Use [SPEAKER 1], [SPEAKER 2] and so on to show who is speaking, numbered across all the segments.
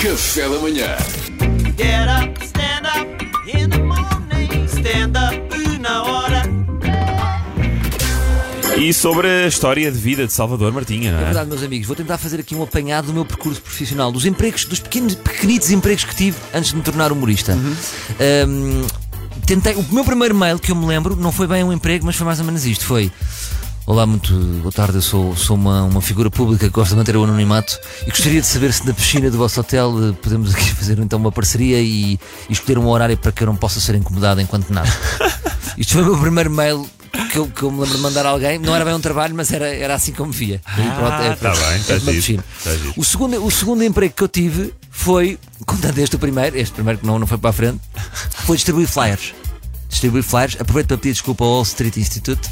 [SPEAKER 1] Café da manhã.
[SPEAKER 2] Get up, stand up in the morning. Stand up na hora.
[SPEAKER 3] E sobre a história de vida de Salvador Martinha, não
[SPEAKER 4] É
[SPEAKER 3] é?
[SPEAKER 4] verdade, meus amigos, vou tentar fazer aqui um apanhado do meu percurso profissional, dos empregos, dos pequenos, pequenitos empregos que tive antes de me tornar humorista. Ahm, tentei, o meu primeiro mail que eu me lembro não foi bem um emprego, mas foi mais ou menos isto: foi. Olá, muito boa tarde. Eu sou, sou uma, uma figura pública que gosta de manter o anonimato e gostaria de saber se na piscina do vosso hotel eh, podemos aqui fazer então uma parceria e, e escolher um horário para que eu não possa ser incomodado enquanto nada. Isto foi o meu primeiro mail que eu, que eu me lembro de mandar a alguém. Não era bem um trabalho, mas era, era assim como via. E pronto, é-
[SPEAKER 3] tá bem, tá
[SPEAKER 4] é uma
[SPEAKER 3] giro,
[SPEAKER 4] piscina.
[SPEAKER 3] tá giro.
[SPEAKER 4] O segundo, o segundo emprego que eu tive foi, contando este o primeiro, este primeiro que não, não foi para a frente, foi distribuir flyers. Distribuir flyers. Aproveito para pedir desculpa ao Wall Street Institute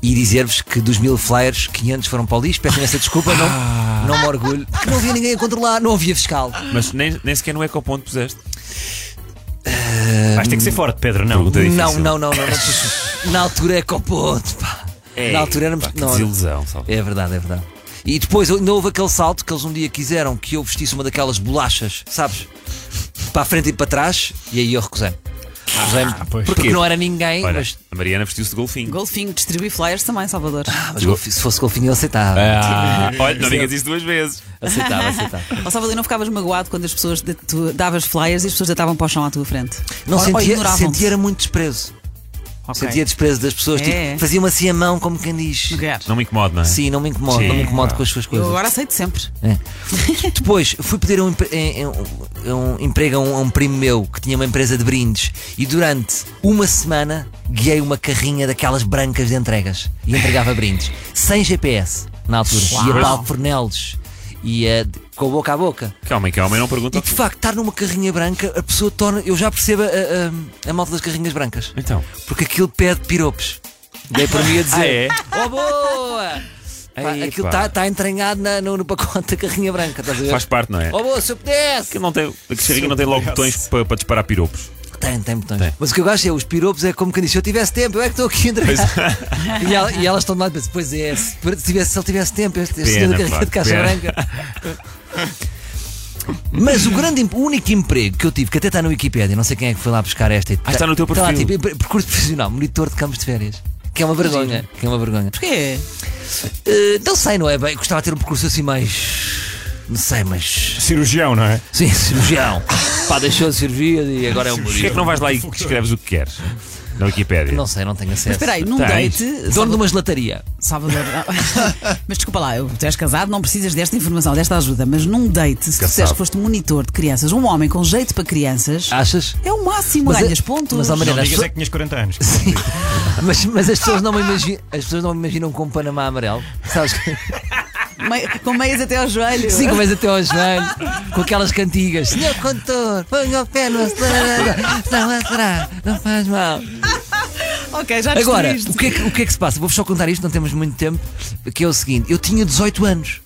[SPEAKER 4] e dizer-vos que dos mil flyers, 500 foram para o lixo. Peço essa desculpa, não, não me orgulho. Porque não havia ninguém a controlar, não havia fiscal.
[SPEAKER 3] Mas nem, nem sequer no ecoponto puseste.
[SPEAKER 5] Mas tem que ser forte, Pedro, não.
[SPEAKER 3] Pergunta difícil.
[SPEAKER 4] Não, não, não, não. não. Na altura é copote, pá. Na altura éramos.
[SPEAKER 3] É, Pá, que
[SPEAKER 4] não,
[SPEAKER 3] desilusão, Salvador.
[SPEAKER 4] É verdade, é verdade. E depois ainda houve aquele salto que eles um dia quiseram que eu vestisse uma daquelas bolachas, sabes? Para a frente e para trás, e aí eu recusei. Recusei-me
[SPEAKER 5] Ah,
[SPEAKER 4] porque
[SPEAKER 3] Ah, Porquê?
[SPEAKER 4] não era ninguém,
[SPEAKER 3] Olha,
[SPEAKER 4] mas,
[SPEAKER 3] a Mariana vestiu-se de golfinho.
[SPEAKER 6] Golfinho, distribui flyers também, Salvador.
[SPEAKER 4] ah, mas golfi- se fosse golfinho eu aceitava.
[SPEAKER 3] Ah, olha, não digas isso duas vezes.
[SPEAKER 4] Aceitava, aceitava.
[SPEAKER 6] Ó Salvador, não ficavas magoado quando as pessoas de- tu davas flyers e as pessoas deitavam para o chão à tua frente?
[SPEAKER 4] Não
[SPEAKER 6] Ou- ou
[SPEAKER 4] sentia,
[SPEAKER 6] ignoravam-te?
[SPEAKER 4] sentia era muito desprezo.
[SPEAKER 6] Ok.
[SPEAKER 4] Sentia desprezo das pessoas.
[SPEAKER 6] É.
[SPEAKER 4] Tipo, Faziam assim a mão, como quem diz.
[SPEAKER 6] Mulher.
[SPEAKER 3] Não me incomodo, não é?
[SPEAKER 4] Sim, não me incomodo,
[SPEAKER 3] Sim,
[SPEAKER 4] não me incomodo
[SPEAKER 3] pá.
[SPEAKER 4] com as suas coisas.
[SPEAKER 6] Eu agora aceito sempre.
[SPEAKER 4] É. Depois fui pedir um, empre- em- em- um- um emprego a um, a um primo meu que tinha uma empresa de brindes e durante uma semana guiei uma carrinha daquelas brancas de entregas e entregava brindes sem GPS na altura. Ia para Alfornelos, ia de- com a boca a boca.
[SPEAKER 3] Calma, calma, eu não pergunto.
[SPEAKER 4] E de facto, estar numa carrinha branca, a pessoa torna. Eu já percebo a, a, a malta das carrinhas brancas.
[SPEAKER 3] Então,
[SPEAKER 4] Porque aquilo pede piropos. Dei por mim a dizer.
[SPEAKER 3] Ah, é?
[SPEAKER 4] Oh, boa! Pá,
[SPEAKER 3] Ei,
[SPEAKER 4] aquilo
[SPEAKER 3] pá.
[SPEAKER 4] está entranhado na- no, no pacote da carrinha branca, estás a ver?
[SPEAKER 3] faz parte, não é?
[SPEAKER 4] Oh, boa, se eu pudesse!
[SPEAKER 3] Que não tem, que chega não tem logo botões para, para disparar piropos.
[SPEAKER 4] Tem, tem botões.
[SPEAKER 3] Tem.
[SPEAKER 4] Mas o que eu gosto é os piropos, é como quem diz: se eu tivesse tempo, eu é que estou aqui a entregar.
[SPEAKER 3] é.
[SPEAKER 4] E, ela- e elas estão de lado e pensam: pois é, se, tivesse, se ele tivesse tempo, este,
[SPEAKER 3] Pena,
[SPEAKER 4] este senhor da carrinha
[SPEAKER 3] pá,
[SPEAKER 4] de caixa
[SPEAKER 3] pena.
[SPEAKER 4] branca. Mas o, grande, em- o único emprego que eu tive, que até está na Wikipédia, não sei quem é que foi lá buscar esta.
[SPEAKER 3] Ah, está no teu
[SPEAKER 4] lá,
[SPEAKER 3] perfil.
[SPEAKER 4] tipo, em- percurso profissional, monitor de campos de férias. Que é uma vergonha. Que é uma vergonha.
[SPEAKER 6] Porquê?
[SPEAKER 4] Eh, não sei, não é bem? Gostava de ter um percurso assim mais. Não sei, mas.
[SPEAKER 5] Cirurgião, não é?
[SPEAKER 4] Sim, cirurgião. Pá, deixou de servir e agora é um
[SPEAKER 3] Porquê é que não vais lá e escreves o que queres? Na Wikipédia.
[SPEAKER 4] Não sei, não tenho acesso. Eh,
[SPEAKER 6] Mas espera aí, num
[SPEAKER 3] Tens.
[SPEAKER 6] date.
[SPEAKER 4] Dono de uma gelataria.
[SPEAKER 6] Salvador. mas desculpa lá, eu- tu és casado, não precisas desta informação, desta ajuda. Mas num date, se tu disseres que foste monitor de crianças, um homem com jeito para crianças,
[SPEAKER 4] Achas?
[SPEAKER 6] é o máximo,
[SPEAKER 4] Mas é-
[SPEAKER 6] ganhas pontos.
[SPEAKER 4] mas, ó, Mariana,
[SPEAKER 5] Não
[SPEAKER 4] As
[SPEAKER 5] digas
[SPEAKER 4] pessoas-
[SPEAKER 5] é que tinhas 40 anos.
[SPEAKER 4] Sim. mas, mas as pessoas não me imaginam, as pessoas não me imaginam com um Panamá amarelo. Sabes? que-
[SPEAKER 6] Mei- com meias até ao joelho.
[SPEAKER 4] Sim, mas até ao joelho, com aquelas cantigas. Senhor condutor, ponha o pé no acelerador, não atrás, não faz mal.
[SPEAKER 6] Ok, já
[SPEAKER 4] Agora,
[SPEAKER 6] destruíste.
[SPEAKER 4] o que, é que, o que é que se passa? Vou-vos só contar isto, não temos muito tempo. Que é o seguinte: eu tinha 18 anos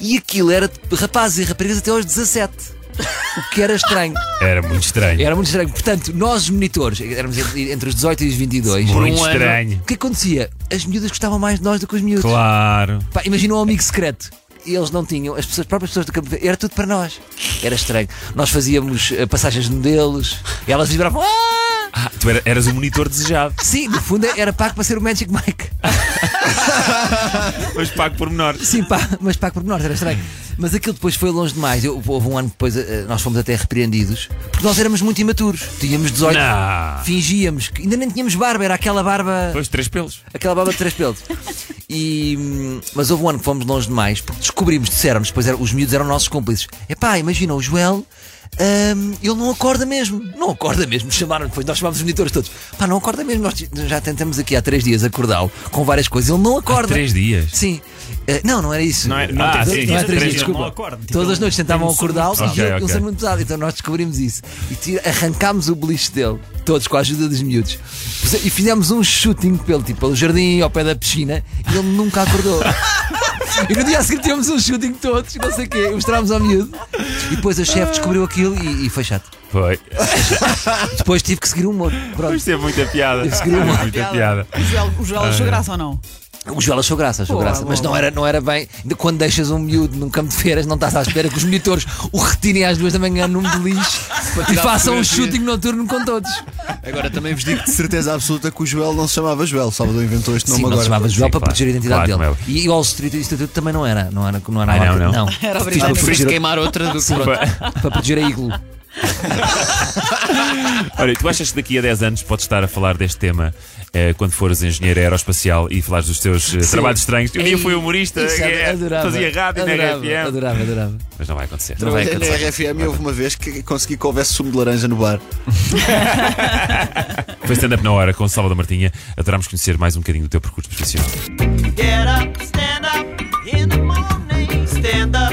[SPEAKER 4] e aquilo era de rapazes e raparigas até aos 17. O que era estranho.
[SPEAKER 3] Era muito estranho.
[SPEAKER 4] Era muito estranho. Portanto, nós, os monitores, éramos entre entre os 18 e os 22.
[SPEAKER 3] Muito
[SPEAKER 4] Um ano,
[SPEAKER 3] estranho.
[SPEAKER 4] O que acontecia? As miúdas gostavam mais de nós do que os miúdos.
[SPEAKER 3] Claro.
[SPEAKER 4] Pá, imagina um amigo secreto. Eles não tinham, as pessoas, as próprias pessoas do Campo Verde, era tudo para nós. Era estranho. Nós fazíamos eh, passagens de modelos, elas vibravam. "Ah!"
[SPEAKER 3] Ah, tu era- eras o monitor desejado,
[SPEAKER 4] Sim, no fundo era pago para ser o Magic Mike.
[SPEAKER 3] mas pago por menor.
[SPEAKER 4] Sim, pá, mas pá, por menor, era estranho. Mas aquilo depois foi longe demais. Eu, houve um ano que depois eh, nós fomos até repreendidos, porque nós éramos muito imaturos. Tínhamos 18,
[SPEAKER 3] Não.
[SPEAKER 4] fingíamos que ainda nem tínhamos barba, era aquela barba.
[SPEAKER 3] Dois, três pelos.
[SPEAKER 4] Aquela barba de três pelos. E, hum, mas houve um ano que fomos longe demais porque descobrimos, disseram-nos, depois eram- os miúdos eram nossos cúmplices. Epá, imagina, o Joel, hum, ele não acorda mesmo. Não acorda mesmo. Chamaram depois, nós chamámos os monitores todos. Pá, não acorda mesmo. Nós já tentamos aqui há três dias acordá-lo com várias coisas. Ele não acorda.
[SPEAKER 3] Três dias.
[SPEAKER 4] Sim. Eh, não, não era isso.
[SPEAKER 5] Não é- não tem-
[SPEAKER 3] Ah, sim,
[SPEAKER 5] não é
[SPEAKER 3] sim,
[SPEAKER 5] três
[SPEAKER 3] sim.
[SPEAKER 5] dias,
[SPEAKER 4] desculpa.
[SPEAKER 5] não acorda. Tipo,
[SPEAKER 4] Todas as
[SPEAKER 5] ele-
[SPEAKER 4] noites tentavam acordá-lo
[SPEAKER 3] um muito
[SPEAKER 4] e ele,
[SPEAKER 3] pesado.
[SPEAKER 4] ele
[SPEAKER 3] Ok,
[SPEAKER 4] saiu
[SPEAKER 3] ok.
[SPEAKER 4] muito pesado. Então nós descobrimos isso. E tira- arrancámos o beliche dele, todos com a ajuda dos miúdos. Puse- E fizemos um shooting pelo, tipo, pelo jardim, ao pé da piscina, e ele nunca acordou. E no dia a seguir tivemos um shooting todos, não sei o quê, mostrámos ao miúdo. E depois o chefe descobriu aquilo e, e foi chato.
[SPEAKER 3] Foi.
[SPEAKER 4] Depois tive que seguir o humor. Pronto.
[SPEAKER 3] Isto é muita piada.
[SPEAKER 4] Esse grupo.
[SPEAKER 3] É muita piada.
[SPEAKER 4] Ah,
[SPEAKER 6] O Joel, o Joel achou graça ou não?
[SPEAKER 4] Os violas são graças, são
[SPEAKER 6] Boa,
[SPEAKER 4] graça.
[SPEAKER 6] boa,
[SPEAKER 4] Mas não era, não era bem. de- Quando deixas um miúdo num campo de feiras, não estás à espera que os monitores o retirem às duas da manhã num de lixo
[SPEAKER 1] Para
[SPEAKER 4] e
[SPEAKER 1] tirar
[SPEAKER 4] façam um
[SPEAKER 1] fotografias.
[SPEAKER 4] shooting noturno com todos.
[SPEAKER 1] Agora também vos digo de certeza absoluta que o Joel não se chamava Joel. Salvador inventou este
[SPEAKER 4] Sim,
[SPEAKER 1] nome
[SPEAKER 4] não
[SPEAKER 1] agora.
[SPEAKER 4] se chamava Joel
[SPEAKER 3] Sim,
[SPEAKER 4] para
[SPEAKER 3] claro.
[SPEAKER 4] proteger a identidade
[SPEAKER 3] Claro,
[SPEAKER 4] dele. E, e o Wall Street Institute também não era. Não era, não era
[SPEAKER 3] Ah,
[SPEAKER 4] a
[SPEAKER 3] não,
[SPEAKER 4] marca.
[SPEAKER 3] não.
[SPEAKER 6] Era
[SPEAKER 4] Fiz
[SPEAKER 6] obrigado.
[SPEAKER 4] para
[SPEAKER 1] Preferiste
[SPEAKER 4] proteger,
[SPEAKER 1] queimar outra do que pronto.
[SPEAKER 3] Pa-
[SPEAKER 4] para proteger a Iglo.
[SPEAKER 3] Olha, tu achas que daqui a 10 anos podes estar a falar deste tema eh, quando fores engenheiro aeroespacial e falares dos teus eh, trabalhos estranhos? Eu nem
[SPEAKER 4] Ei,
[SPEAKER 3] fui humorista,
[SPEAKER 4] Isso,
[SPEAKER 3] eh,
[SPEAKER 4] adorava,
[SPEAKER 3] fazia rádio
[SPEAKER 4] adorava,
[SPEAKER 3] na RFM.
[SPEAKER 4] Adorava, adorava.
[SPEAKER 3] Mas não vai acontecer.
[SPEAKER 4] Não vai
[SPEAKER 1] Trabalhei na
[SPEAKER 4] acontecer.
[SPEAKER 1] RFM e houve uma vez que consegui que houvesse sumo de laranja no bar.
[SPEAKER 3] Foi stand-up na hora com o Salvador Martinha. Adorámos conhecer mais um bocadinho do teu percurso profissional.
[SPEAKER 2] Get up, stand up in the morning, stand up.